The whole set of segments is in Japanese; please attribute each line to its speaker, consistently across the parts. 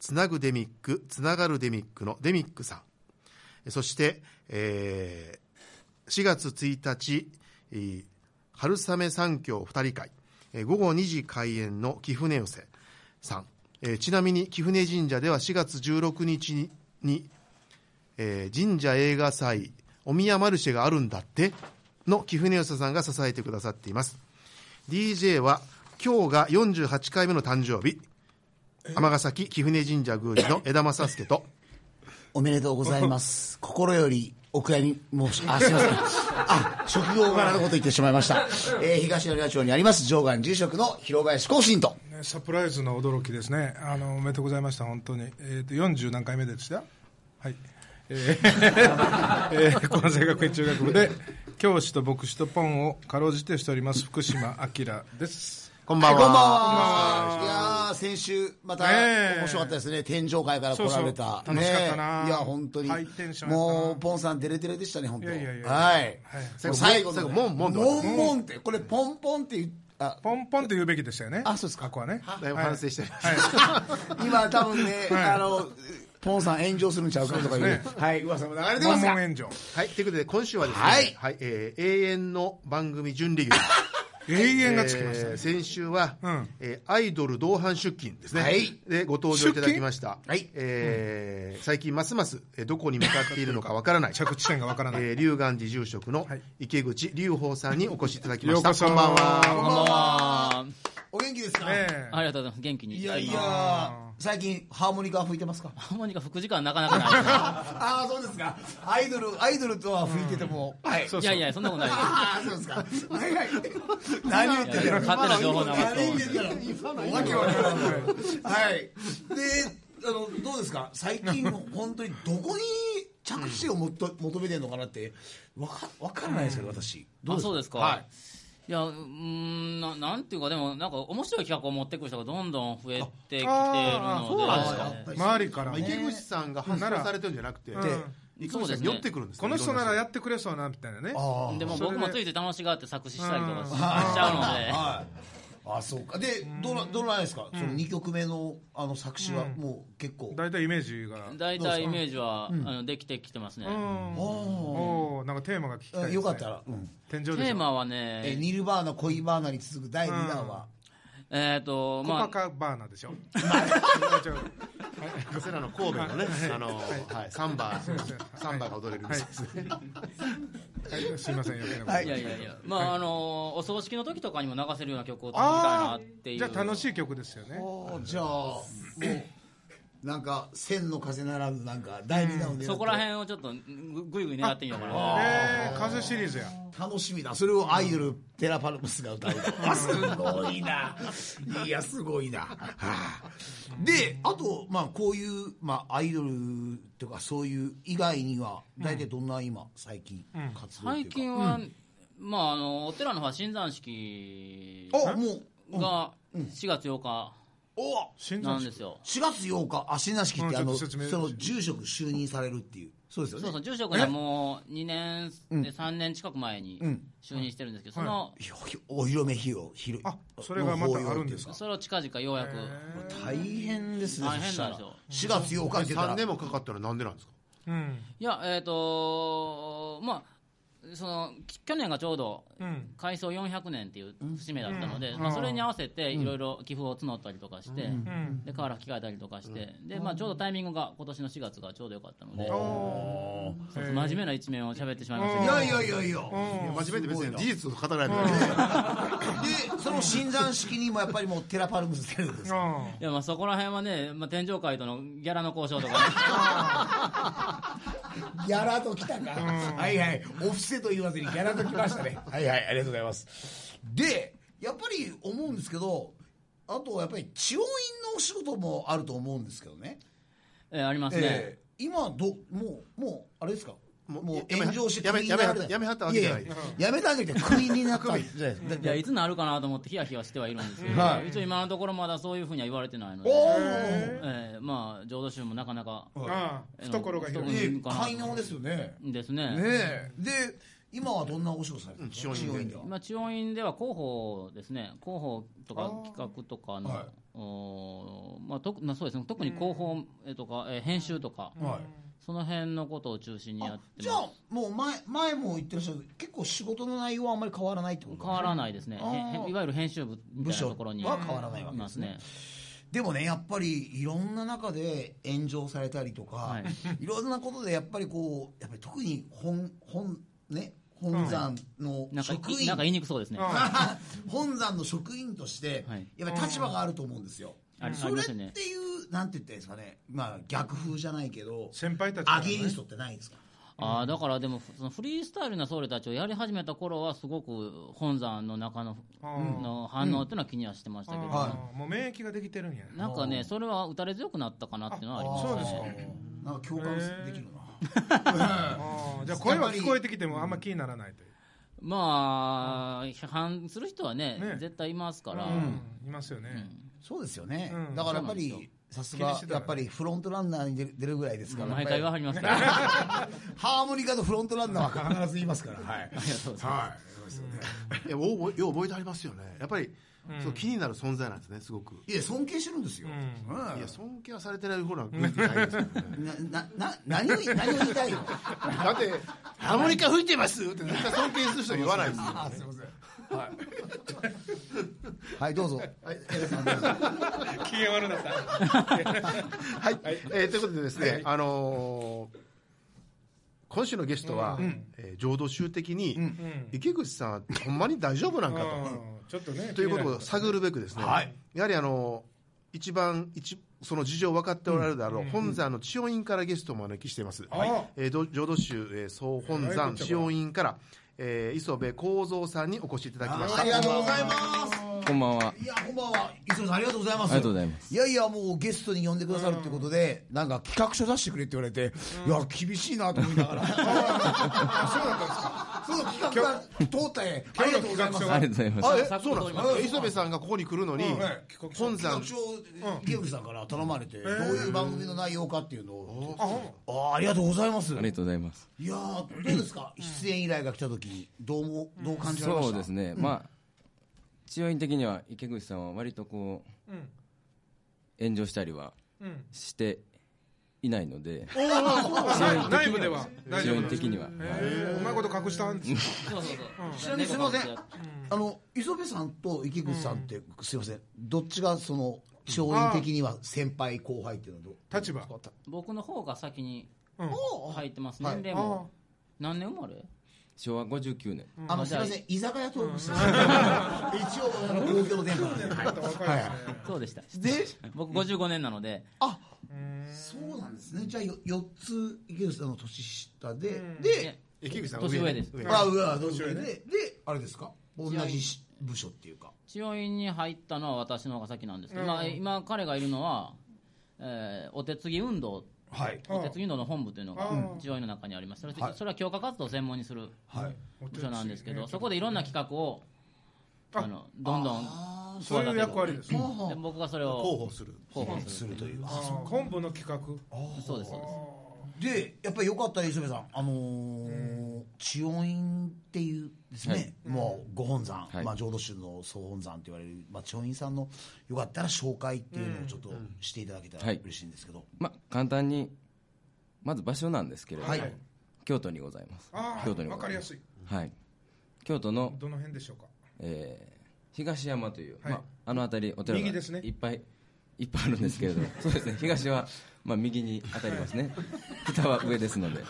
Speaker 1: つなぐデミックつながるデミックのデミックさんそして、えー、4月1日、えー春雨三協二人会、えー午後2時開演の貴船寄せさん、えーちなみに貴船神社では4月16日にに、えー神社映画祭お宮マルシェがあるんだっての貴船寄せさんが支えてくださっています DJ は今日が48回目の誕生日尼崎貴船神社宮司の枝正輔と
Speaker 2: おめでとうござい ます。心よりお悔やみ申し、あ、すいません。あ、職業柄のこと言ってしまいました。えー、東の町にあります、上岸住職の広林更新と。
Speaker 3: ねサプライズの驚きですね。あのおめでとうございました本当に。えっ、と40何回目でした。はい。えー えー、この正学院中学部で教師と牧師とポンをかろうじてしております福島明です。
Speaker 1: こんばんは
Speaker 2: こんばんは。いやー先週、また、
Speaker 3: ねえ
Speaker 2: 面白かったですね。天上界から来られた。
Speaker 3: そうそう楽しかった
Speaker 2: ね
Speaker 3: な
Speaker 2: えいや、本当に
Speaker 3: ハイテンショ。ンやったな
Speaker 2: もう、ポンさん、デレデレでしたね、本当
Speaker 3: いやいやいや
Speaker 2: はい。
Speaker 1: 最後
Speaker 2: 最後の、
Speaker 1: 最後モンモンって
Speaker 2: モンモンって、これ、ポンポンって言うあ、
Speaker 3: ポンポンと言うべきでしたよね。
Speaker 2: あそうですか
Speaker 3: 過去はね。
Speaker 1: だいぶ反省しております、
Speaker 2: 今、多分ね、あの、ポンさん炎上するんちゃうかとかいう、
Speaker 3: そうですね
Speaker 2: はい、噂も流れて
Speaker 3: モ
Speaker 2: ま
Speaker 3: ン
Speaker 2: す
Speaker 3: モン
Speaker 2: が。
Speaker 3: 炎上。
Speaker 1: はい、ということで今週はですね、
Speaker 2: はい
Speaker 1: えー永遠の番組準レギュラー、
Speaker 3: 永遠がつきました、
Speaker 1: えー
Speaker 3: ね。
Speaker 1: 先週は、
Speaker 3: うん
Speaker 1: えーアイドル同伴出勤ですね、
Speaker 2: はい
Speaker 1: でご登場いただきました、
Speaker 2: はい
Speaker 1: えー最近ますますえーどこに向かっているのかわからない、
Speaker 3: 着地点がわからない。
Speaker 1: えー、龍岩寺住職の
Speaker 3: はい
Speaker 1: 池口隆法さんにお越しいただきま
Speaker 3: よう
Speaker 1: し
Speaker 3: こ
Speaker 1: た
Speaker 3: そ。
Speaker 1: こんばんは
Speaker 3: こんばんは
Speaker 4: あ
Speaker 2: お元気ですか、
Speaker 3: え
Speaker 4: ありがとうございます元気に
Speaker 2: いやいや、最近、ハーモニカ吹いてますか
Speaker 4: ハーモニカ副時間なかなかないですね
Speaker 2: ああ、そうですか。アイドル、アイドルとは吹いてても。はい。
Speaker 4: いやいやそんなことない
Speaker 2: ああ、そうですか。はいはい。何言ってんだよ。
Speaker 4: 勝手な情報流して
Speaker 2: 何言ってんだよ。わけわからんのよはい。で、あの、どうですか最近、本当にどこに着地をもっと求めてるのかなって、わか、わからないですけど、私。 どう
Speaker 4: あ
Speaker 2: です
Speaker 4: そ
Speaker 2: か
Speaker 4: うですか、
Speaker 2: はい
Speaker 4: い、やうーんななんていうかでもなんか面白い企画を持ってくる人がどんどん増えてきてるので
Speaker 3: あーそうなんです
Speaker 1: か
Speaker 3: 周りからも。
Speaker 1: 池口さんが発表されてるんじゃなくて、
Speaker 3: ん
Speaker 1: 池口さんに寄ってくるんですよ
Speaker 3: この人ならや
Speaker 1: い
Speaker 3: ってくれそうなみたいなね。
Speaker 2: あ
Speaker 4: でも僕もついつい楽しがって作詞したりとかしちゃうので
Speaker 2: あ。はい。あ、そうか。で、どの、どのあれですかその2曲目の、あの、作詞は、もう結構。あ
Speaker 3: 大体イメージが。
Speaker 4: 大体イメージは、あのできてきてますね、
Speaker 3: おおーなんかテーマが聞きたいです、
Speaker 2: あ
Speaker 3: ね。
Speaker 2: よかったら、うん。
Speaker 3: 天井でしょ
Speaker 4: テーマは
Speaker 2: えー
Speaker 4: ね
Speaker 2: ニルバーナ恋バーナに続く第2弾は、
Speaker 4: えっ、と
Speaker 3: コパ
Speaker 4: まあ
Speaker 3: カバーナでしょ。
Speaker 1: 僕らの神戸のね、あのはい、サンバサンバが踊れるみたいですね、
Speaker 3: はい、すいません、余計なこと。
Speaker 2: はい
Speaker 4: いやいやいやまあ、あのお葬式の時とかにも流せるような曲を作りたいな
Speaker 3: あ
Speaker 4: ってい
Speaker 3: あ、
Speaker 4: う
Speaker 3: じゃあ楽しい曲ですよね。
Speaker 2: おーじゃあもうなんか千の風ならぬなんか第2弾を狙って
Speaker 4: そこら辺をちょっとぐぐいぐい狙ってみようかな
Speaker 3: ええ、風シリーズや。
Speaker 2: 楽しみだそれをアイドルテラパルプスが歌うあすごいないやすごいな、はあであとまあこういう、まあ、アイドルとかそういう以外には大体どんな今最近活動っていうか
Speaker 4: 最近は、まああのお寺の方は新山式
Speaker 2: おもう
Speaker 4: が4月8日
Speaker 2: お
Speaker 3: 新
Speaker 4: なん
Speaker 3: 山
Speaker 4: ですよ、
Speaker 2: 4月8日足なしきって、
Speaker 3: うん
Speaker 2: あの
Speaker 3: ち
Speaker 2: そ
Speaker 3: ょっと説明
Speaker 2: の住職就任されるっていうそうですよね
Speaker 4: そうそう住職がもう2年で3年近く前に
Speaker 2: ん
Speaker 4: 就任してるんですけど、その、
Speaker 2: ひひお披露目費用ひろ
Speaker 3: あそれがまたあるんですか
Speaker 4: それを近々ようやく、
Speaker 2: 大変ですね
Speaker 4: 大変なんですよ
Speaker 2: そしたら4月8日に出た
Speaker 1: 3
Speaker 2: ら
Speaker 1: 年もかかったらなんでなんですか
Speaker 3: うん。
Speaker 4: いやえっ、とまあそのき去年がちょうど
Speaker 3: うん。
Speaker 4: 改装400年っていう節目だったので、まあ、
Speaker 3: うん
Speaker 4: それに合わせていろいろ寄付を募ったりとかして、
Speaker 3: うん。
Speaker 4: で瓦吹き替えたりとかして、でまあ、ちょうどタイミングが今年の4月がちょうどよかったので、
Speaker 3: おおー。
Speaker 4: そうそう真面目な一面を喋ってしまいましたけ
Speaker 2: い
Speaker 4: ど
Speaker 2: やいやいやいや
Speaker 1: 真面目で別に
Speaker 2: す
Speaker 1: 事実を語らないみたいな
Speaker 2: ごいなでその新山式にもやっぱりもうテラパルムズ出るんですか
Speaker 3: あ
Speaker 4: いやまあそこら辺はね、まあ、天上界とのギャラの交渉とか、
Speaker 2: ギャラときたかはいはいオフセと言わずにギャラときましたねはいはいありがとうございますでやっぱり思うんですけどあとやっぱり地音院のお仕事もあると思うんですけどね
Speaker 4: えーありますね、
Speaker 2: ええ今どもうもうあれですか
Speaker 1: も
Speaker 2: も
Speaker 1: う
Speaker 2: う
Speaker 1: やめ
Speaker 2: 炎上して
Speaker 1: やめ
Speaker 2: クビになる
Speaker 1: やめやめはったわけじゃない
Speaker 2: やややめたわけじゃないクビになったんじゃないです
Speaker 4: いやい
Speaker 2: か
Speaker 4: つなるかなと思ってヒヤヒヤしてはいるんですけど、
Speaker 2: はい
Speaker 4: 一応今のところまだそういうふうには言われてないので、
Speaker 2: おお
Speaker 4: えーまあ浄土宗もなかなか
Speaker 3: ああ懐が広い
Speaker 4: 懐
Speaker 2: ね寛容ですよね
Speaker 4: ですね
Speaker 2: ねえで今はどんなお仕事されてるんですか
Speaker 1: 地
Speaker 2: 地
Speaker 1: 方
Speaker 2: 方
Speaker 1: 院
Speaker 2: 院
Speaker 1: で
Speaker 2: では
Speaker 4: 今地方院では広報ですね広報とか企画とかの
Speaker 2: はい
Speaker 4: おーまあとまあ、そうですね特に広報えーとか、えー編集とか、
Speaker 2: はい
Speaker 4: その辺のことを中心にやってます
Speaker 2: じゃあもう前前も言ってらっしゃる結構仕事の内容はあんまり変わらないってことです
Speaker 4: 変
Speaker 2: ね
Speaker 4: わらないですね、
Speaker 2: あー
Speaker 4: へへいわゆる編集部みたいなところに
Speaker 2: 部署は変わらないわけ
Speaker 4: いま
Speaker 2: ですすね
Speaker 4: ね
Speaker 2: でもねやっぱりいろんな中で炎上されたりとか、
Speaker 4: はい
Speaker 2: い、ろんなことでやっぱりこうやっぱり特に本本ね本山の
Speaker 4: なんか
Speaker 2: 職
Speaker 4: い
Speaker 2: 員、
Speaker 4: なんか言いにくそうですね、
Speaker 3: う ん
Speaker 2: 本山の職員として、
Speaker 4: はい
Speaker 2: やっぱり立場があると思うんですよ。
Speaker 4: ありあ
Speaker 2: そ
Speaker 4: りま
Speaker 2: れっ
Speaker 4: す
Speaker 2: て
Speaker 4: よ
Speaker 2: いう、
Speaker 4: ね
Speaker 2: なんて言ったらいいですかね、まあ逆風じゃないけど、
Speaker 3: 先輩たち
Speaker 2: アゲインストってないんですか。
Speaker 4: あーだからでもそのフリースタイルな僧侶たちをやり始めた頃はすごく本山の中の
Speaker 3: あ
Speaker 4: の反応っていうのは気にはしてました
Speaker 3: あ
Speaker 4: けど、
Speaker 3: ああもう免疫ができてるんや
Speaker 4: なんかねそれは打たれ強くなったかなっていうのはあります
Speaker 3: そうです
Speaker 4: ね
Speaker 3: か
Speaker 2: なんか共感できる
Speaker 3: あ
Speaker 2: な。
Speaker 3: あじゃあ声は聞こえてきてもあんま気にならないという
Speaker 4: まあ批判する人はね
Speaker 3: ね
Speaker 4: 絶対いますから、
Speaker 3: うんいますよね
Speaker 2: そうですよね
Speaker 3: う。ん
Speaker 2: だからやっぱ
Speaker 4: そうなんで
Speaker 2: り、さす
Speaker 3: 気に
Speaker 2: が
Speaker 3: して、たら
Speaker 2: やっぱりフロントランナーに出る出るぐらいですから、
Speaker 4: 毎回言わはりますから、
Speaker 2: ハーモニカのフロントランナーは必ずいますから。はい。
Speaker 4: ありがとうございま
Speaker 2: はい。そうですよね
Speaker 1: いやおぼよう覚えてありますよねやっぱり、そう気になる存在なんですねすごく
Speaker 2: いや、尊敬してるんですよ。うん
Speaker 1: いや尊敬はされてない方なんないです よね
Speaker 2: な、な、な、何を、何を言いたいの
Speaker 1: だってハーモニカ吹いてますって絶対尊敬する人は言わない ですよ
Speaker 2: あー、すいません。はい。はい、どうぞ。
Speaker 3: 機嫌悪なった
Speaker 1: はい、えーということでですね、あのー今週のゲストは、えー浄土宗的に、池口さんはほんまに大丈夫なんかと、
Speaker 3: ちょっとね
Speaker 1: ということを探るべくですね、
Speaker 2: はい
Speaker 1: やはりあのー一番一その事情を分かっておられるであろう、本山の千代院からゲストをお招きしています、
Speaker 3: はい
Speaker 1: えーど浄土宗、えー総本山千代院から、えー磯部幸三さんにお越しいただきました
Speaker 2: ありがとうございます。
Speaker 5: こんばんは。
Speaker 2: いや、こんばんは。いつもさんありがとうございます。。
Speaker 5: ありがとうございます
Speaker 2: いやいや、もうゲストに呼んでくださるってことで、なんか企画書出してくれって言われて、いや、厳しいなと思いながら。そうだ ったんですか。そう、企画が通ったえ。ありがとうございます。
Speaker 5: ありがとうございます。
Speaker 1: あえそうなんですかえ磯部さんがここに来るのに、
Speaker 3: はい企画書
Speaker 1: 本
Speaker 2: 企
Speaker 1: 山
Speaker 2: 画書を池口さんから頼まれて、どういう番組の内容かっていうのを。ああ、ありがとうございます。
Speaker 5: ありがとうございます。
Speaker 2: いやー、どうです か。出演依頼が来た時、どうも、どう感じられました。
Speaker 5: そうですね。まあ、治療院的には池口さんは割とこう、
Speaker 3: ん
Speaker 5: 炎上したりは
Speaker 3: うん
Speaker 5: していないので、
Speaker 3: 内部では大
Speaker 5: 治
Speaker 3: 丈
Speaker 5: 療
Speaker 3: 夫
Speaker 5: 院的には。はい
Speaker 3: うんうまいこと隠したんですよ
Speaker 4: す そうそうそう
Speaker 2: ちなみにすみません
Speaker 4: 猫が、
Speaker 2: あの磯部さんと池口さんって、すみません、どっちがその勝因的には先輩後輩っていうのと、
Speaker 3: 立場
Speaker 4: 僕の方が先に
Speaker 3: うん
Speaker 4: 入ってます
Speaker 2: はい
Speaker 4: 年齢も何年生まれ
Speaker 5: 昭和59年。
Speaker 2: あのすみません、居酒屋トークしてる、 一応あの公共の電波なんで、はいは
Speaker 4: そうでした
Speaker 2: い、で、
Speaker 4: 僕55年なので、
Speaker 2: あ、そうなんですね、じゃあよ四つ池口さんの年下で、
Speaker 4: ね
Speaker 2: で、
Speaker 1: 池口さん
Speaker 4: 年上です
Speaker 2: あうわどうしようね、で、であれですか、同じし部署っていうか、
Speaker 4: 治療院に入ったのは私の方が先なんですけど、まあ、今彼がいるのは、えーお手継ぎ運動
Speaker 2: はい、
Speaker 4: お手継ぎの本部というのが
Speaker 3: うん
Speaker 4: 治療院の中にありまして、それ
Speaker 2: はい
Speaker 4: それは教科活動を専門にする
Speaker 2: はい、
Speaker 4: 部署なんですけ
Speaker 3: お手継ぎね
Speaker 4: ど、そこでいろんな企画をあのどんどん
Speaker 2: あー
Speaker 3: そういう役割です
Speaker 2: そう
Speaker 4: で僕がそれ
Speaker 1: 広
Speaker 4: を
Speaker 1: 報する
Speaker 4: 候補す
Speaker 2: す
Speaker 4: る
Speaker 2: るという。あ
Speaker 3: 本部の企画
Speaker 4: そうですそうです
Speaker 2: でやっぱりよかったら磯部さん、あのー、千音院っていうですね、
Speaker 5: はい
Speaker 2: もうご本山、
Speaker 5: はい
Speaker 2: まあ、浄土宗の総本山と言われる、まあ、千音院さんのよかったら紹介っていうのをちょっとしていただけたら
Speaker 5: はい
Speaker 2: 嬉しいんですけど、
Speaker 5: まあ、簡単に、まず場所なんですけれども
Speaker 2: はい、
Speaker 5: 京都にございます
Speaker 3: あ。
Speaker 5: 京都に
Speaker 3: あわ
Speaker 5: ご
Speaker 3: か
Speaker 5: ざ
Speaker 3: り
Speaker 5: いま
Speaker 3: や
Speaker 5: す。
Speaker 3: すい
Speaker 5: はい。京都の、
Speaker 3: どの辺でしょうか
Speaker 5: えー東山という、
Speaker 3: はい
Speaker 5: まあ、あの辺りお寺が
Speaker 3: 右ですね
Speaker 5: いっぱいいっぱいあるんです けれどそうですね東は、まあ、右に当たりますね北は上ですので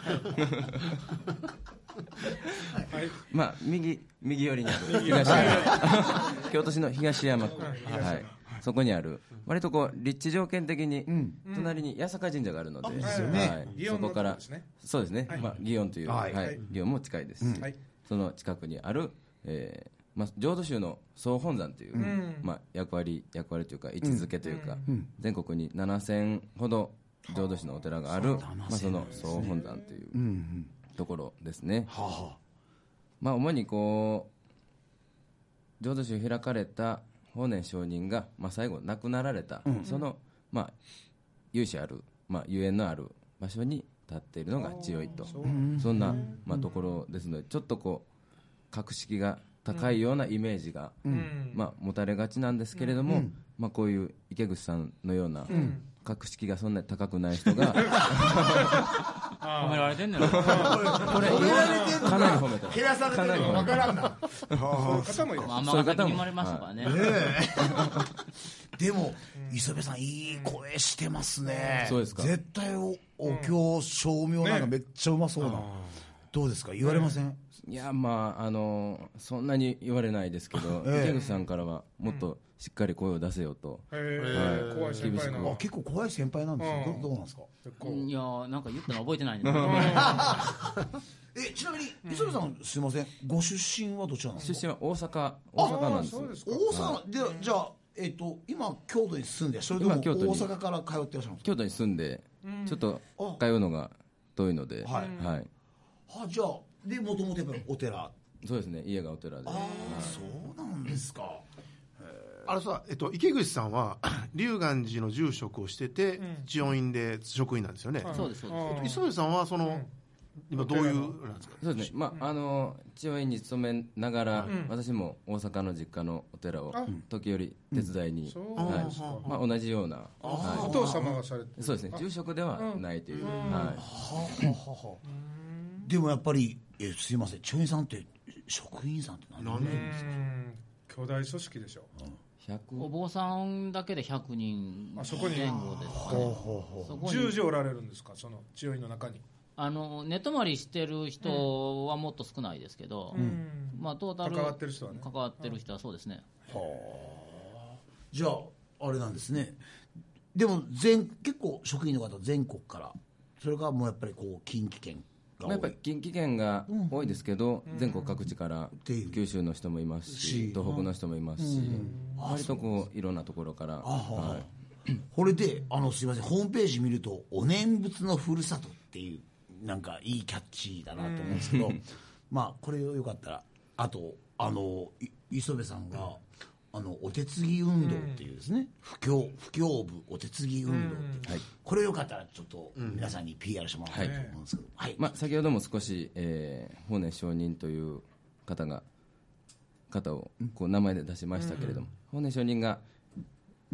Speaker 3: はい
Speaker 5: まあ右右寄 りにある東山 京都市の東山区、はいそこにある割とこう立地条件的に、隣に八坂神社があるので
Speaker 3: ですよ
Speaker 2: ね
Speaker 5: はい、
Speaker 3: 祇
Speaker 5: そ
Speaker 3: 園の
Speaker 5: こから
Speaker 3: とこですね
Speaker 5: そうですね、まあ、祇園という、
Speaker 2: は
Speaker 5: はいい
Speaker 3: はい
Speaker 5: 祇園も近いです、
Speaker 3: はい
Speaker 5: その近くにある、えーまあ、浄土宗の総本山という、まあ、役割役割というか位置づけというか、全国に7000ほど浄土市のお寺がある、まあ、その総本山というところですね、
Speaker 2: はあは
Speaker 5: まあ、主にこう浄土宗開かれた法然上人が、まあ、最後亡くなられた、その、まあ、由緒ある、まあ、ゆえんのある場所に立っているのが千代井とそんな、まあ、ところですのでちょっとこう格式が高いようなイメージが、まあ、持たれがちなんですけれども、まあ、こういう池口さんのような、格式がそんなに高く ない人が
Speaker 4: 褒められてんねんな
Speaker 5: これ
Speaker 2: 褒められてんのか
Speaker 5: かなり褒めて
Speaker 2: あ
Speaker 5: ます
Speaker 2: 減らされてるのわからんな
Speaker 3: そういう方もいる
Speaker 4: まあ、あんま
Speaker 5: そういう方も
Speaker 4: に生まれましたからね、
Speaker 2: でも、磯部さん、いい声してますね。
Speaker 5: そうですか
Speaker 2: 絶対お、お経、照明なんかめっちゃうまそうな。どうですか言われません
Speaker 5: いやまああのそんなに言われないですけど、
Speaker 2: ええ
Speaker 5: 池口さんからはもっとしっかり声を出せよと、
Speaker 3: へー怖い先輩
Speaker 2: あ
Speaker 3: の。
Speaker 2: 結構怖い先輩なんですよ。どどうなんですか
Speaker 4: うんいやなんか言ったの覚えてないんですけど
Speaker 2: え、ちなみに、磯部さん、すいません。ご出身はどちらなんですか
Speaker 5: 出身は大阪大阪なんです
Speaker 3: そうですか。
Speaker 2: 大阪、で、じゃあ、えっと、今、京都に住んで、それとも大
Speaker 5: 今京都に
Speaker 2: 阪から通ってらっしゃるんです
Speaker 5: 京都に住んで、ちょっと通うのが遠いので、
Speaker 2: は
Speaker 5: はいい
Speaker 2: かあ、じゃあ、で、もともとやっぱりお寺。
Speaker 5: そうですね家がお寺で
Speaker 2: ああ、そうなんですか。
Speaker 1: あれさ、えっと、池口さんは 龍眼寺の住職をしてて、千代院で職員なんですよね、
Speaker 4: そうですそうです
Speaker 3: うん
Speaker 1: 磯部さんはその、今どういうなんですか
Speaker 5: そうですねまああの千代院に勤めながら、私も大阪の実家のお寺を時折手伝いに、
Speaker 3: そう
Speaker 5: はい
Speaker 3: ですか
Speaker 5: まあ、同じような、
Speaker 3: お
Speaker 5: は
Speaker 3: 父様がされて
Speaker 5: い、そうですね住職ではないという、はい、
Speaker 2: はあはあはあでもやっぱり、えすいません、中院さんって職員さんって何
Speaker 1: 何人ですか
Speaker 3: うん巨大組織でしょ
Speaker 4: お
Speaker 5: 100
Speaker 4: 坊さんだけで100人
Speaker 3: あそこに
Speaker 4: 前後ですか
Speaker 2: ほう
Speaker 4: ね
Speaker 2: ほうほう
Speaker 4: そこに
Speaker 3: 10時おられるんですかその千代院の中に
Speaker 4: あの寝泊まりしてる人はもっと少ないですけど、まあ、トータル
Speaker 3: 関わってる人はね
Speaker 4: 関わってる人はそうですね、
Speaker 2: じゃあ、あれなんですね。でも全、結構職員の方、全国から、それからもうやっぱりこう、近畿圏が
Speaker 5: まあ
Speaker 2: 多
Speaker 5: やっぱ
Speaker 2: い
Speaker 5: り。近畿圏が多いですけど、全国各地から
Speaker 2: ていう
Speaker 5: 九州の人もいます
Speaker 2: し
Speaker 5: し東北の人もいますし、割とこういろんなところから、はい
Speaker 2: これで、あの、すいません、ホームページ見ると、お念仏のふるさとっていう、なんかいいキャッチーだなと思うんですけど、 まあ、これをよかったら、あと、あの、い磯部さんが、あの、お手継ぎ運動っていうですね、不況、不況部お手継ぎ運動っていう、これよかったら、ちょっと、皆さんに PR してもらいたいと思うんですけど、はい。
Speaker 5: まあ、先ほども少し、えー、法然上人という方が方をこう名前で出しましたけれども、法然上人が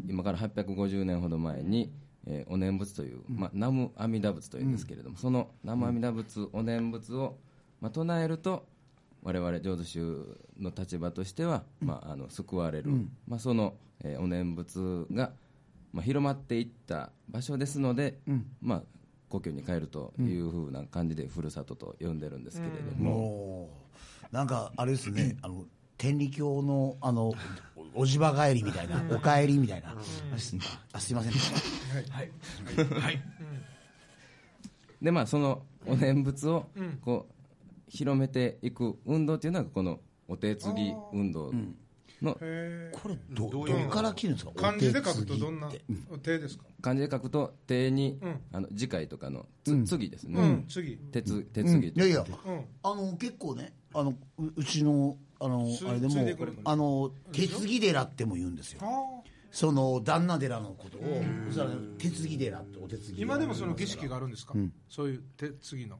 Speaker 5: 今から850年ほど前に、えーお念仏という、まあ、南無阿弥陀仏というんですけれども、その南無阿弥陀仏お念仏を、まあ、唱えると我々浄土宗の立場としては、まあ、あの救われる、まあ、その、えーお念仏が、まあ、広まっていった場所ですので、まあ、故郷に帰るというふうな感じでふるさとと呼んでるんですけれども、
Speaker 2: もうなんかあれですね、あの天理教のあのおおじば帰りみたいな、お帰りみたいな、あすあすいません、はい、はい、
Speaker 5: でまあそのお念仏をこう広めていく運動っていうのがこのお手継ぎ運動の
Speaker 3: へ
Speaker 2: これど、
Speaker 1: ど
Speaker 2: ど
Speaker 1: ういう
Speaker 2: こから来るんですか、
Speaker 3: え漢字で書くとどん
Speaker 2: お
Speaker 3: な
Speaker 2: 手継ぎって
Speaker 3: 手ですか
Speaker 5: 漢字で書くと「手に」
Speaker 3: うん
Speaker 5: あの次回とかの「つ」次です
Speaker 3: う
Speaker 5: ね
Speaker 3: ん次
Speaker 5: 「手継手継ぎ」
Speaker 2: いやいや、
Speaker 3: うん
Speaker 2: あの結構ね、あのううちのあの
Speaker 3: つ
Speaker 2: あれで
Speaker 3: ついでくる
Speaker 2: も、あの手継ぎ寺っても言うんですよ
Speaker 3: あ。ー
Speaker 2: その旦那寺のことを、それは手継ぎ寺ってお手継ぎ寺
Speaker 3: 今でもその儀式があるんですかそういう手次の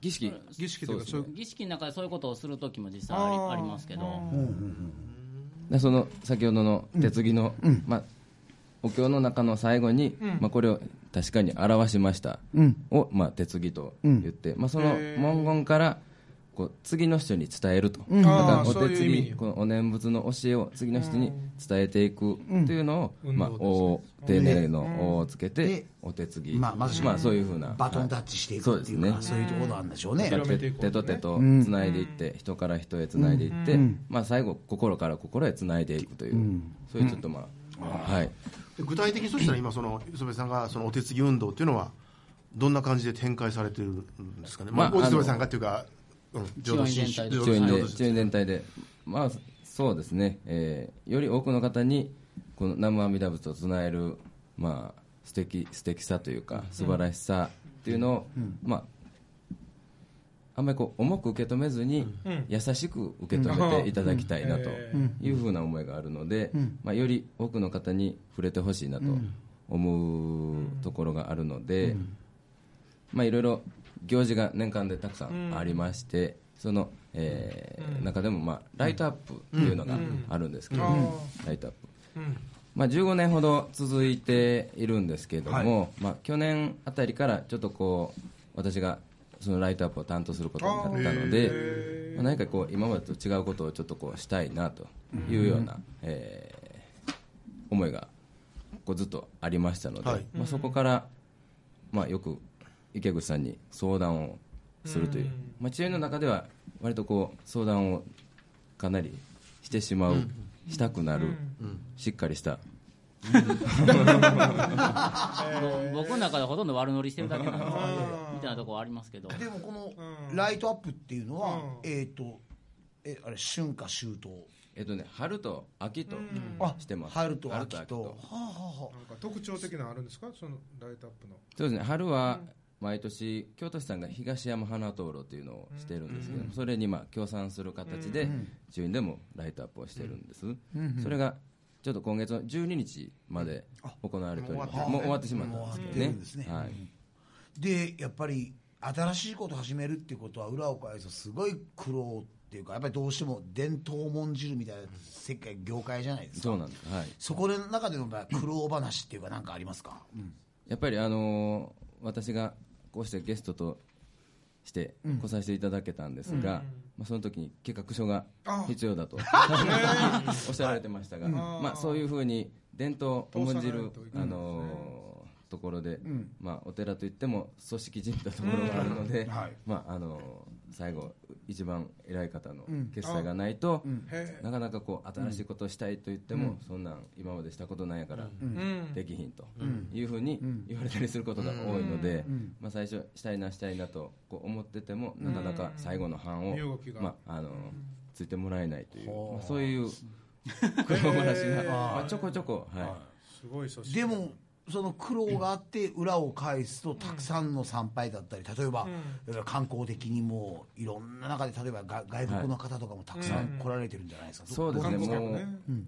Speaker 5: 儀式
Speaker 3: 儀式というかそういう
Speaker 4: 儀式の中でそういうことをする時も実際あり
Speaker 3: あー
Speaker 4: ありますけど、
Speaker 5: でその先ほどの手継ぎの、まあ、お経の中の最後に、まあ、これを確かに表しましたを、まあ、手継ぎと言って、まあ、その文言からこう次の人に伝えると、
Speaker 3: あ
Speaker 5: ま
Speaker 3: ー
Speaker 5: たお手
Speaker 3: そう
Speaker 5: 継
Speaker 3: いう意
Speaker 5: ぎ
Speaker 3: 味
Speaker 5: このお念仏の教えを次の人に伝えていくというのを、まあ、おを丁寧の「お」をつけ
Speaker 2: で
Speaker 5: てお手継ぎ、
Speaker 2: まあまず
Speaker 5: そういうふうな
Speaker 2: バトンタッチしていくっていうか、
Speaker 5: はい
Speaker 2: そう
Speaker 5: そう
Speaker 2: いうところなんでしょうね。
Speaker 3: 広めていこう
Speaker 5: 手と手とつないでいって、人から人へつないでいって、まあ、最後心から心へつないでいくという、そういうちょっとまあ、はい
Speaker 1: で具体的にそしたら今その磯部さんがそのお手継ぎ運動っていうのはどんな感じで展開されてるんですかね、まあ
Speaker 5: まあ
Speaker 1: 磯部さんがっていうか、うん、
Speaker 4: 千代院全体で
Speaker 5: 中院
Speaker 1: 浄
Speaker 5: で
Speaker 1: 土
Speaker 5: 中
Speaker 1: 宗
Speaker 5: 院全体でまあそうですね、えーより多くの方にこの南無阿弥陀仏を唱えるまあ素敵素敵さというか素晴らしさっていうのを、まああんまりこう重く受け止めずに、優しく受け止めていただきたいなというふうな思いがあるので、まあ、より多くの方に触れてほしいなと思うところがあるので、まあ、いろいろ行事が年間でたくさんありまして、その、えー中でも、まあ、ライトアップっていうのがあるんですけど、ライトアップ。まあ、15年ほど続いているんですけれども、まあ、去年あたりからちょっとこう私がそのライトアップを担当することになったので、まあ、何かこう今までと違うことをちょっとこうしたいなというような、えー思いがこうずっとありましたので、
Speaker 1: はい
Speaker 5: まあ、そこから、まあ、よく池口さんに相談をするという、まあ、治療院の中では割とこう相談をかなりしてしまう、したくなる、しっかりした
Speaker 4: 僕の中でほとんど悪乗りしてるだけなんでみたいなところありますけど
Speaker 2: でもこのライトアップっていうのは、えっ、とえあれ春夏秋冬
Speaker 5: えっとね、春と秋と
Speaker 2: あ
Speaker 5: してます。
Speaker 2: 春と秋とはあはあはあ
Speaker 3: なんか特徴的なのあるんですかそのライトアップの
Speaker 5: そうですね、春は毎年、京都市さんが東山花灯籠というのをしてるんですけども、それにまあ協賛する形で、中院でもライトアップをしてるんです。それが、ちょっと今月の12日まで行われております。もう終わってしまったんですけ
Speaker 2: もう終わ
Speaker 5: どね。
Speaker 2: ってるんですね
Speaker 5: はい。
Speaker 2: でやっぱり新しいことを始めるっていうことは裏を返すとすごい苦労っていうかやっぱりどうしても伝統を重んじるみたいな世界業界じゃないですか
Speaker 5: そうなんです。はい。
Speaker 2: そこの中でのまあ苦労話っていうかなんかありますか、うん
Speaker 5: やっぱりあのー私がこうしてゲストとして来させていただけたんですが、まあ、その時に企画書が必要だ と おっしゃられてましたが、まあ、そういうふうに伝統を重んじる、あのーところで、まあ、お寺といっても組織じみたところがあるので、まああのー最後一番偉い方の決裁がないと、なかなかこう新しいことをしたいと言っても、そんなん今までしたことないやから、できひんというふうに言われたりすることが多いので、まあ、最初したいなしたいなとこう思っててもなかなか最後の版を
Speaker 3: 身動き、が
Speaker 5: まあ、あのついてもらえないという、まあ、そういう苦労話が、まあ、ちょこちょこ、はい、
Speaker 3: すごい組織
Speaker 2: でもその苦労があって裏を返すとたくさんの参拝だったり例えば、観光的にもいろんな中で例えばが外国の方とかもたくさん来られてるんじゃないですか、
Speaker 5: そうですね
Speaker 3: 観光
Speaker 5: も
Speaker 3: 客
Speaker 5: う、
Speaker 3: ね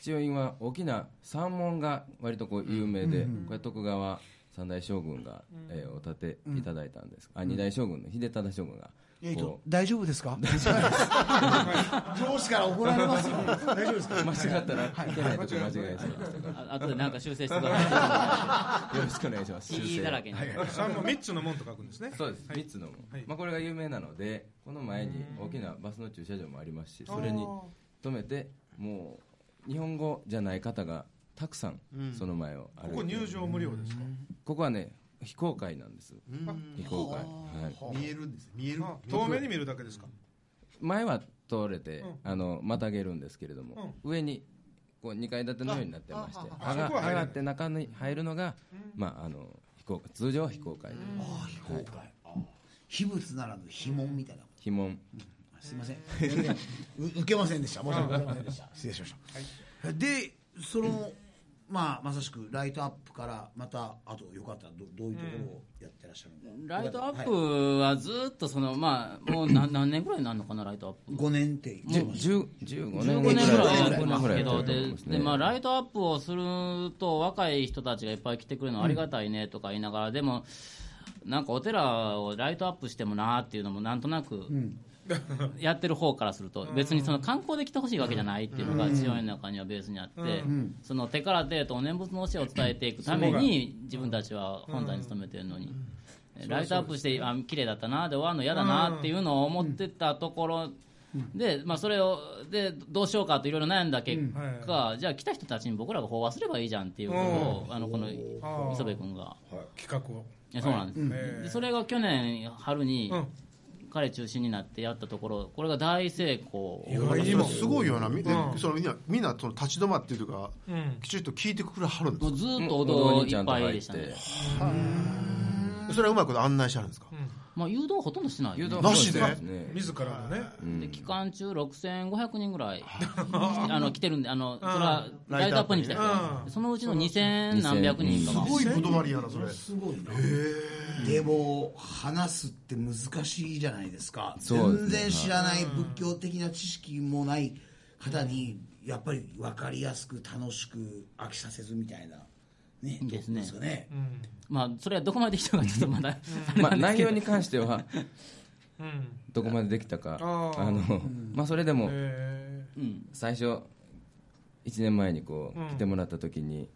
Speaker 5: 父親は大きな三門が割とこう有名で、これ徳川三大将軍が、えーお建ていただいたんです、あ二大将軍の秀忠将軍が
Speaker 2: えーと
Speaker 5: こ
Speaker 2: 大丈夫ですか上司から怒られますよ大丈夫ですか
Speaker 5: う間違ったらいけないとこ間違えちゃいましたが
Speaker 4: あとでなんか修正してくださ
Speaker 5: よろしくお願い します
Speaker 4: いいいだらけに
Speaker 3: 三門三つの門と書くんですね
Speaker 5: そうです、三つのも、まあ、これが有名なのでこの前に大きなバスの駐車場もありますしそれに止めてもう日本語じゃない方がたくさんその前を歩いて
Speaker 3: ここ入場無料ですか
Speaker 5: ここはね非公開なんです非公開、はい、
Speaker 1: 見えるんです見える
Speaker 3: あ遠目に見るだけですか
Speaker 5: 前は通れて、あのまたげるんですけれども、上にこう2階建てのようになってまして
Speaker 3: あ
Speaker 5: 上が
Speaker 3: そこは入れ
Speaker 5: 上
Speaker 3: ない
Speaker 5: がって中に入るのが、まあ、あの非公開通常は非公開
Speaker 2: あ非公開あ秘仏ならぬ非門みたいな
Speaker 5: 非門
Speaker 2: すいません全然う受けませんでした申し訳ございませんでした失礼しました、でそのまあまさしくライトアップからまたあとよかったらどどういうところをやってらっしゃるのか、
Speaker 4: ライトアッ
Speaker 2: は
Speaker 4: プはずっとそのまあもう何何年ぐらいになるのかなライトアップ
Speaker 2: い、5年って言ってました
Speaker 5: 10 15
Speaker 4: 15
Speaker 5: 年ぐ
Speaker 4: 年ぐら
Speaker 5: ら
Speaker 4: い
Speaker 5: い
Speaker 4: やってますけ
Speaker 5: や
Speaker 4: ど
Speaker 5: って
Speaker 4: で
Speaker 5: ます
Speaker 4: で、
Speaker 5: ね
Speaker 4: まあ、ライトアップをすると若い人たちがいっぱい来てくれるのはありがたいねとか言いながら、でもなんかお寺をライトアップしてもなーっていうのもなんとなく、やってる方からすると別にその観光で来てほしいわけじゃないっていうのが父親の中にはベースにあって、その手から手へとお念仏の教えを伝えていくために自分たちは本体に勤めてるのに。ライトアップしてあ綺麗だったなで終わるの嫌だなっていうのを思ってたところで、まあ、それをでどうしようかといろいろ悩んだ結果、じゃあ来た人たちに僕らが法話すればいいじゃんっていうことをあのこの磯部君が
Speaker 3: 企画を
Speaker 4: いやそうなんです、
Speaker 3: へえ
Speaker 4: でそれが去年春に
Speaker 3: うん
Speaker 4: 彼中心になってやったところこれが大成功
Speaker 1: すごいよなみでそのみんなみんなその立ち止まってというかきちっと聞いてくれはるんで
Speaker 4: も
Speaker 1: す
Speaker 4: う
Speaker 1: か
Speaker 4: ずっと
Speaker 5: お
Speaker 4: お堂
Speaker 5: 堂
Speaker 4: い
Speaker 5: にちゃ
Speaker 4: っ
Speaker 5: んと
Speaker 4: ぱい
Speaker 5: 入
Speaker 4: で
Speaker 5: っ
Speaker 4: したね
Speaker 5: て
Speaker 1: それはうまいこと案内してはるんですか
Speaker 4: まあ、誘導ほとんどしないよね、
Speaker 5: 誘導
Speaker 3: なしで
Speaker 5: そうですね
Speaker 3: 自らのね
Speaker 4: で期間中6500人ぐらいあの来てるんであのそれはライトアップに来た人そのうちの2000何百人とか
Speaker 5: 2000
Speaker 1: すごい断りやなそれ
Speaker 2: すごいなでも話すって難しいじゃないですか
Speaker 5: そうです
Speaker 2: 全
Speaker 5: ね
Speaker 2: 然知らない仏教的な知識もない方にやっぱり分かりやすく楽しく飽きさせずみたいなね
Speaker 4: ですね
Speaker 2: どうかね
Speaker 4: まあそれはどこまでできたのかちょっとまだ
Speaker 5: まあ、内容に関しては
Speaker 3: うん
Speaker 5: どこまでできたか
Speaker 3: あー
Speaker 5: あの、まあ、それでも
Speaker 3: え
Speaker 4: うん
Speaker 5: 最初1年前にこ
Speaker 3: うん
Speaker 5: う来てもらった時に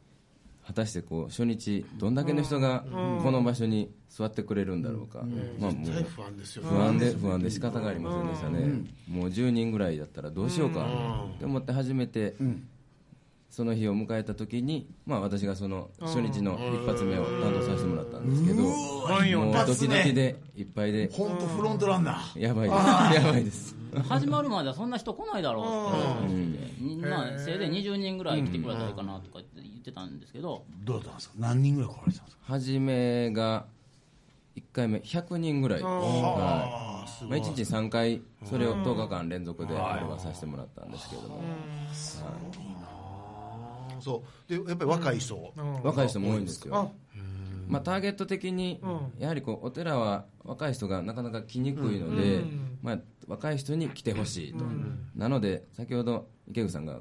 Speaker 5: 果たしてこう初日どんだけの人がこの場所に座ってくれるんだろうか、まあ、もう
Speaker 1: 不安ですよ
Speaker 5: 不安で不安で仕方がありませんでしたね、もう10人ぐらいだったらどうしようかと思って初めて、その日を迎えた時に、まあ、私がその初日の一発目を担当させてもらったんですけど、もうドキドキでいっぱいで
Speaker 2: 本当フロントランナー
Speaker 5: やばいですやばいです
Speaker 4: 始まるまではそんな人来ないだろうって言って、まあ、せいぜい20人ぐらい来てくれたらいいかなとかって言ってたんですけど、
Speaker 2: どうだったんですか何人ぐらい来られてたんですか
Speaker 5: 初めが1回目100人ぐらい、はいまあ、1日3回それを10日間連続であれはさせてもらったんですけれども、
Speaker 1: そうでやっぱり若い人
Speaker 5: 若い人も多いんです
Speaker 3: あ
Speaker 5: よ、まあ、ターゲット的にやはりこうお寺は若い人がなかなか来にくいので、まあ、若い人に来てほしいと、なので先ほど池口さんが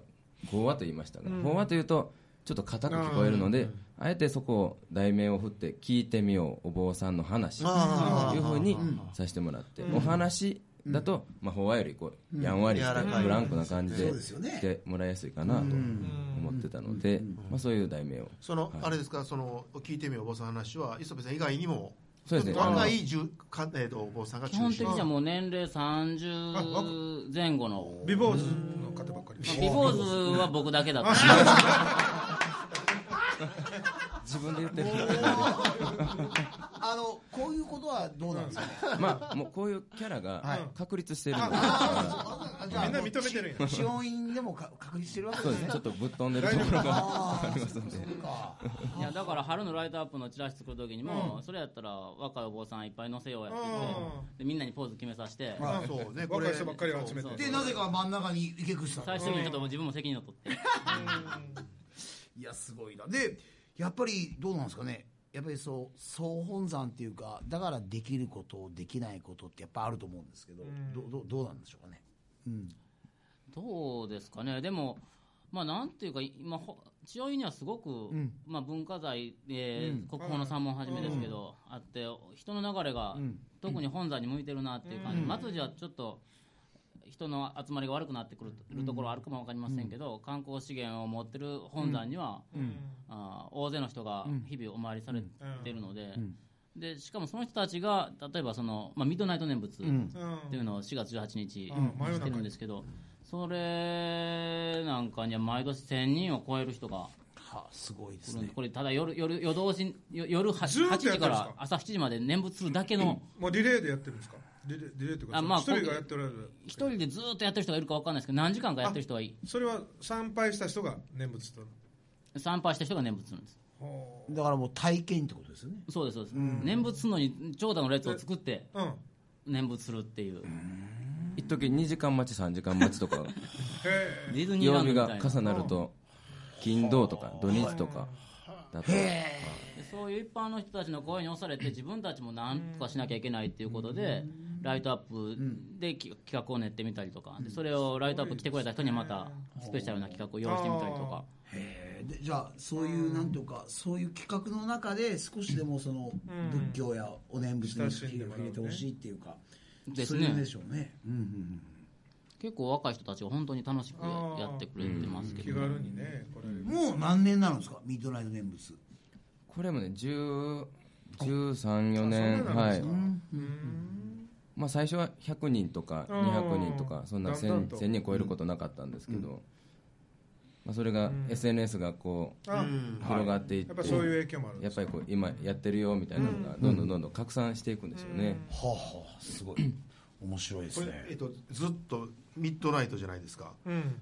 Speaker 5: 法話と言いましたが、法話というとちょっと硬く聞こえるので、あえてそこを題名を振って聞いてみようお坊さんの話というふうにさせてもらって、お話だと、まあ、法話よりこうやんわりしてブランクな感じで
Speaker 2: そうですよね
Speaker 5: 来てもらいやすいかなと思ってたので、まあ、そういう題名を
Speaker 1: そのあれですかその聞いてみようお坊さんの話は磯部さん以外にも
Speaker 5: そうですね
Speaker 1: 若いじゅかえーとお坊さんが
Speaker 4: 基
Speaker 1: 中
Speaker 4: 本的
Speaker 1: 心
Speaker 4: にはもう年齢
Speaker 3: あ若
Speaker 4: 30前後の
Speaker 3: 美坊主の方ばっかり
Speaker 4: まあビフォーズは僕だけだった
Speaker 5: 自分で言ってる
Speaker 2: あのこういうことはどうなんですか
Speaker 5: まあ、もうこういうキャラが確立してるので、
Speaker 2: じゃあ
Speaker 3: みんな認めてるんや
Speaker 2: 地音院でもか確立してるわけ
Speaker 5: そう
Speaker 2: で
Speaker 5: ですす
Speaker 2: ね
Speaker 5: ね、ちょっとぶっ飛んでるところがありますので、
Speaker 4: いやだから春のライトアップのチラシ作る時にも、それやったら若いお坊さんいっぱい乗せようやって言ってでみんなにポーズ決めさせて、
Speaker 1: あそうねこれ
Speaker 3: 若い人ばっかり集めて
Speaker 2: でなぜか真ん中に池口さん
Speaker 4: 最終的にちょっともう自分も責任を取って、
Speaker 2: いやすごいなでやっぱりどうなんですかねやっぱりそう総本山っていうかだからできることできないことってやっぱあると思うんですけど、どどどうなんでしょうかね
Speaker 4: どうですかねでもまあなんていうか今ほ千代湯にはすごく、まあ、文化財で、国宝の三門はじめですけど、あって人の流れが、特に本山に向いてるなっていう感じ、松寺はちょっと人の集まりが悪くなってくる,、ところはあるかも分かりませんけど、観光資源を持ってる本山には、あー大勢の人が日々お参りされてるので,、でしかもその人たちが例えばその、まあ、ミッドナイト念仏、っていうのを4月18日してるんですけど、それなんかには毎年1000人を超える人が
Speaker 2: はあすごいです
Speaker 4: 来るんで
Speaker 2: ね
Speaker 4: これただ夜夜夜通し夜夜は
Speaker 3: ずーっとや
Speaker 4: 8
Speaker 3: ってるんですか
Speaker 4: 時から朝7時まで念仏するだけの
Speaker 3: もうリレーでやってるんですかリレーリレーっていうか
Speaker 4: あまあ
Speaker 3: 一人がやっておられる
Speaker 4: 一人でずーっとやってる人がいるかわかんないですけど何時間かやってる人がい
Speaker 3: それは参拝した人が念仏と
Speaker 4: 参拝した人が念仏するんです
Speaker 3: ほ
Speaker 2: だからもう体験ってことですよね
Speaker 4: そうですそうです、念仏するのに長蛇の列を作って
Speaker 3: ううん
Speaker 4: 念仏するっていう
Speaker 5: 一時2時間待ち、3時間待ちとか、
Speaker 3: へ
Speaker 4: ディズニーラ
Speaker 5: 曜
Speaker 4: ンドみ
Speaker 5: 日
Speaker 4: た
Speaker 5: が
Speaker 4: いな
Speaker 5: 重なると、金、土とか、土日とかだと、
Speaker 4: でそういう一般の人たちの声に押されて自分たちも何とかしなきゃいけないっていうことでライトアップでき企画を練ってみたりとかでそれをライトアップ来てくれた人にはまたスペシャルな企画を用意してみたりとか
Speaker 2: へえでじゃあそういうなんていうかそういう企画の中で少しでもその仏教やお念仏に触れてほしいっていうか、
Speaker 4: です
Speaker 2: そういう
Speaker 4: ね
Speaker 2: んでしょうね、うんうんうん
Speaker 4: 結構若い人たちが本当に楽しくやってくれてます
Speaker 3: え
Speaker 4: け
Speaker 3: 気
Speaker 4: ど
Speaker 3: 軽にねこれ
Speaker 2: もう何年になるんですかミッドナイト念仏
Speaker 5: これもね、10 13、4年、はいまあ、最初は100人とか
Speaker 3: あー
Speaker 5: 200人とか、そんな
Speaker 3: だんだん
Speaker 5: 1000,
Speaker 3: と
Speaker 5: 1000人超えることなかったんですけど、まあ、それが SNS がこう
Speaker 3: あ
Speaker 5: 広がっていっ
Speaker 3: や
Speaker 5: て
Speaker 3: っぱ。そういう影響もあるんで
Speaker 5: やっ
Speaker 3: す
Speaker 5: ぱりこう今やってるよみたいなのがどんどんどんどん拡散していくんでしょうね、
Speaker 2: はあはあすごい面白いで
Speaker 1: こ
Speaker 2: す
Speaker 1: れ
Speaker 2: ね
Speaker 1: えっとずっとミッドナイトじゃないですか
Speaker 3: うん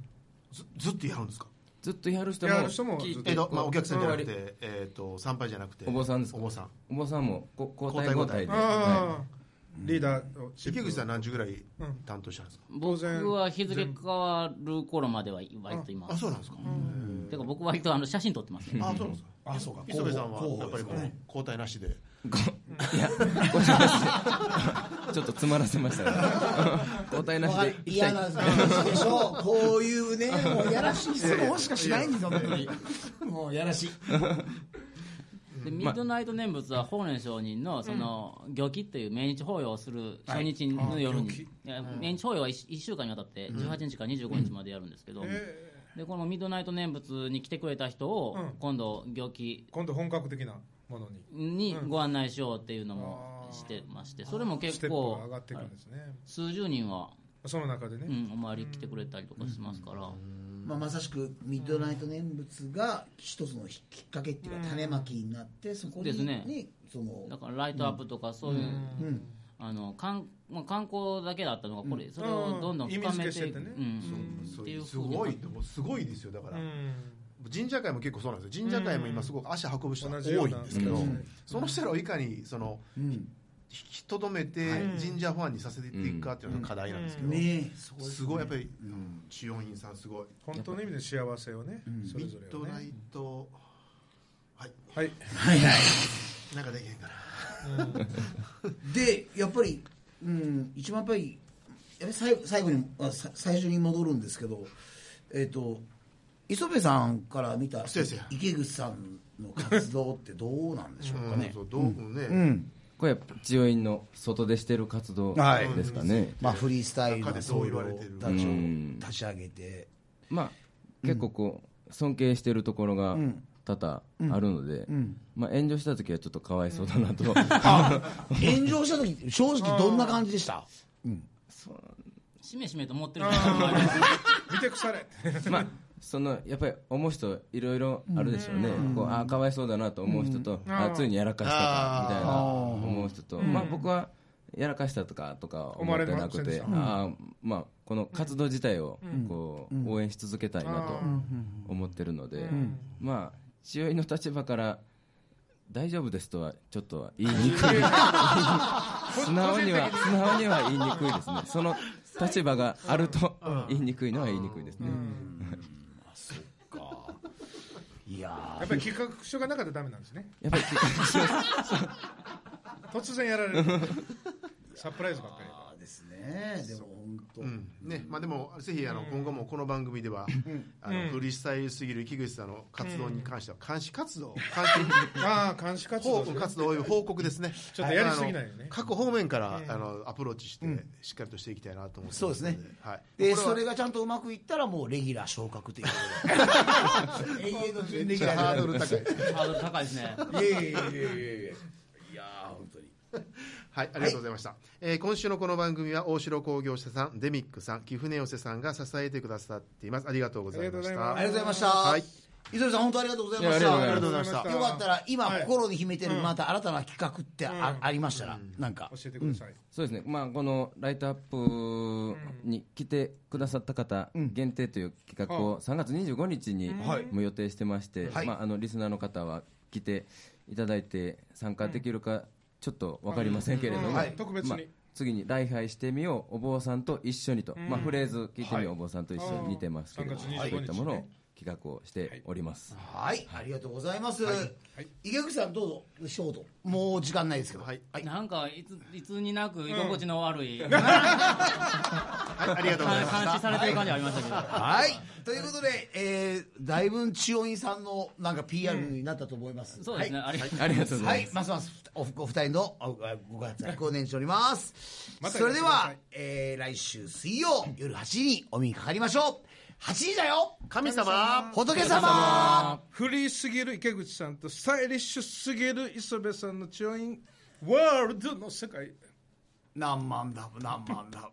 Speaker 1: ずずっとやるんですか
Speaker 5: ずっとやる人も
Speaker 3: やる人もずっと
Speaker 5: 聞いて
Speaker 1: えっとまあお客さんじゃなく
Speaker 5: こ
Speaker 1: てえっと参拝じゃなくて
Speaker 5: お坊さんですか
Speaker 1: お坊さん
Speaker 5: うお坊さんもこ交代
Speaker 1: 交代
Speaker 5: 交
Speaker 1: 交
Speaker 5: 代で、
Speaker 3: あ
Speaker 5: は
Speaker 3: あ
Speaker 5: い
Speaker 3: リーダーを
Speaker 1: 池口さん何時ぐらい担当したんですか、
Speaker 3: 当然
Speaker 4: 僕は日付変わる頃までは割と今
Speaker 1: あそうなんですか、
Speaker 4: てか僕割とあの写真撮ってますね
Speaker 1: あそうなんですか
Speaker 2: あそうか
Speaker 1: 磯部さんは
Speaker 2: 候補
Speaker 1: やっぱりこう交代なしで
Speaker 5: いや、ごめんなさいちょっと詰まらせましたね。 交代なしで行きた
Speaker 2: 嫌
Speaker 5: い。
Speaker 2: な話でしょこういうねもうやらしい質問しかしないんです本当にもうやらしい
Speaker 4: でミッドナイト念仏は法然上人のその行基っていう命日法要をする初日の夜に、いや命日法要は 1, 週間にわたって18日から25日までやるんですけど、でこのミッドナイト念仏に来てくれた人を
Speaker 3: うん
Speaker 4: 今度行基
Speaker 3: 今度本格的なものに
Speaker 4: にご案内しようっていうのもしてましてそれも
Speaker 3: ステ
Speaker 4: 結
Speaker 3: ップが上
Speaker 4: 構
Speaker 3: がっていくんですね、
Speaker 4: 数十人は、
Speaker 3: その中でね、
Speaker 4: うん、お参り来てくれたりとかしますから、
Speaker 2: まあ、まさしくミッドナイト念仏が一つのきっかけっていうか種まきになってそこに
Speaker 4: ですね
Speaker 2: にその
Speaker 4: だからライトアップとかそういう、あの観まあ、観光だけだったのがこれ、それをどんどん深
Speaker 3: 意味付
Speaker 4: め
Speaker 3: けしてて
Speaker 4: い
Speaker 3: って
Speaker 4: く、
Speaker 3: ね
Speaker 4: うん
Speaker 1: そ
Speaker 4: っ
Speaker 1: う
Speaker 4: ていう
Speaker 1: す
Speaker 4: ふうに
Speaker 1: ごいでもすごいですよだから、
Speaker 3: うん
Speaker 1: 神社会も結構そうなんですよ神社会も今すごく足運ぶ人が多
Speaker 3: 同じよう
Speaker 1: い
Speaker 3: なん
Speaker 1: ですけど、
Speaker 2: うん
Speaker 1: その人らをいかにその
Speaker 2: うん
Speaker 1: 引きとどめて神社ファンにさせていくかっていうのが課題なんですけど、
Speaker 2: ねえそこです
Speaker 1: ごいやっぱり千音院さんすごい
Speaker 3: 本当の意味で幸せをね、そ
Speaker 1: ミ
Speaker 3: れ
Speaker 1: ッ
Speaker 3: ぞれ
Speaker 1: ド
Speaker 3: を
Speaker 1: ナ
Speaker 3: ね
Speaker 1: イトはい
Speaker 3: はい
Speaker 2: はいはい
Speaker 1: なんかできへんかな
Speaker 2: でやっぱり、うん、一番やっぱりやっぱり最後最後にあさ最初に戻るんですけどえっ、と磯部さんから見た
Speaker 1: そうですよ
Speaker 2: 池口さんの活動ってどうなんでしょうか
Speaker 1: う
Speaker 2: ね
Speaker 1: ん、そうどうもね、
Speaker 2: うん
Speaker 5: これ、千代院の外でしてる活動
Speaker 2: はい
Speaker 5: ですかね。
Speaker 2: まあ、フリースタイル
Speaker 1: 中
Speaker 2: の
Speaker 1: でそう
Speaker 2: 僧
Speaker 1: 言わ
Speaker 2: 侶
Speaker 1: れ
Speaker 2: を
Speaker 1: てる
Speaker 2: たち
Speaker 5: う
Speaker 2: を
Speaker 5: ん
Speaker 2: 立ち上げて
Speaker 5: まあ、結構こう、尊敬してるところが多々あるので、まあ、炎上した時はちょっとかわいそうだ なと。
Speaker 2: 炎上した時正直どんな感じでした
Speaker 4: しめしめと思ってるから思われます
Speaker 3: 見て腐れ
Speaker 5: まあ、そのやっぱり思う人いろいろあるでしょうね、こうああかわいそうだなと思う人と、あついにやらかしたかみたいな思う人と、まあ、僕はやらかしたとかとかは思ってなく
Speaker 3: 思われませ
Speaker 5: て、
Speaker 3: んでした
Speaker 5: ああまあ、この活動自体をこう、応援し続けたいなと思ってるので、まあ父親の立場から大丈夫ですとはちょっとは言いにくい 素直には素直には言いにくいですねその立場があると言いにくいのは言いにくいですね、
Speaker 2: いやー
Speaker 3: やっぱり企画書がなかったらダメなんですね
Speaker 5: やっぱり
Speaker 3: 突然やられるサプライズばっかり
Speaker 2: あーですねでも本当、
Speaker 1: うんねまあ、でもぜひあの今後もこの番組では、あのフリースタイルすぎる木口さんの活動に関しては監視活動、監視
Speaker 3: ああ監視活動
Speaker 1: 報告活動及び報告ですね
Speaker 3: ちょっとやりすぎないよね
Speaker 1: あの各方面から、あのアプローチして、しっかりとしていきたいなと思ってます
Speaker 2: そうですね
Speaker 1: はい、
Speaker 2: で
Speaker 1: こ
Speaker 2: そ
Speaker 1: れ
Speaker 2: れ
Speaker 1: は
Speaker 2: がちゃんとうまくいったらもうレギュラー昇格 ということで永遠の準レギュラー
Speaker 1: ハードル高い
Speaker 4: ハードル高いですね
Speaker 2: いやいやいやいやいやいやー本当に
Speaker 1: はい、ありがとうございました。えー今週のこの番組は大城工業者さん、デミックさん、貴船寄せさんが支えてくださっています。ありがとうございまし
Speaker 3: あり
Speaker 1: た。
Speaker 3: がとう
Speaker 2: あ
Speaker 3: ご
Speaker 2: りがとうございました、
Speaker 1: はい
Speaker 2: 磯部さん本当ありがとうございま
Speaker 5: い
Speaker 2: し
Speaker 5: やありがとう
Speaker 2: た
Speaker 1: ありがとうござ
Speaker 5: ございます
Speaker 1: いました。
Speaker 2: よかったら今
Speaker 3: はい
Speaker 2: 心に秘めてるまた新たな企画ってあ,、ありましたらなんか
Speaker 3: 教えてください、
Speaker 5: そうですね、まあ、このライトアップに来てくださった方限定という企画を3月25日にも予定してまして、
Speaker 2: はい
Speaker 5: まあ、あのリスナーの方は来ていただいて参加できるかちょっと分かりませんけれども、
Speaker 3: うんはい特別に
Speaker 5: まあ次に「礼拝してみようお坊さんと一緒にと」まあ、フレーズ聞いてみよう、お坊さんと一緒に似てますけれども
Speaker 3: あー3月25
Speaker 5: そういったもの
Speaker 3: 日
Speaker 5: を
Speaker 3: ね
Speaker 5: 企画をしております。
Speaker 2: はいありがとうございます、池口さんどうぞショートもう時間ないですけど
Speaker 1: はい、
Speaker 4: なんかいついつになく居心地の悪い、
Speaker 1: はい、ありがとうございました。
Speaker 4: 監視されてる感じありましたけど、
Speaker 2: はいということで、えー、だいぶ千代院さんのなんか PR になったと思います、
Speaker 4: そうですね、ありがとうございます
Speaker 5: ありがとうご
Speaker 2: は
Speaker 5: ざいます、
Speaker 2: い、ますますおお二人のあご活躍を念しております。
Speaker 3: またい
Speaker 2: そ
Speaker 3: ら
Speaker 2: れ
Speaker 3: っし
Speaker 2: で
Speaker 3: ゃいませ
Speaker 2: は、えー、来週水曜夜8時にお目にかかりましょう。8時だよ
Speaker 1: 神様
Speaker 2: 仏様
Speaker 3: フリーすぎる池口さんとスタイリッシュすぎる磯部さんのチョインワールドの世界
Speaker 2: 何万だ、何万だ。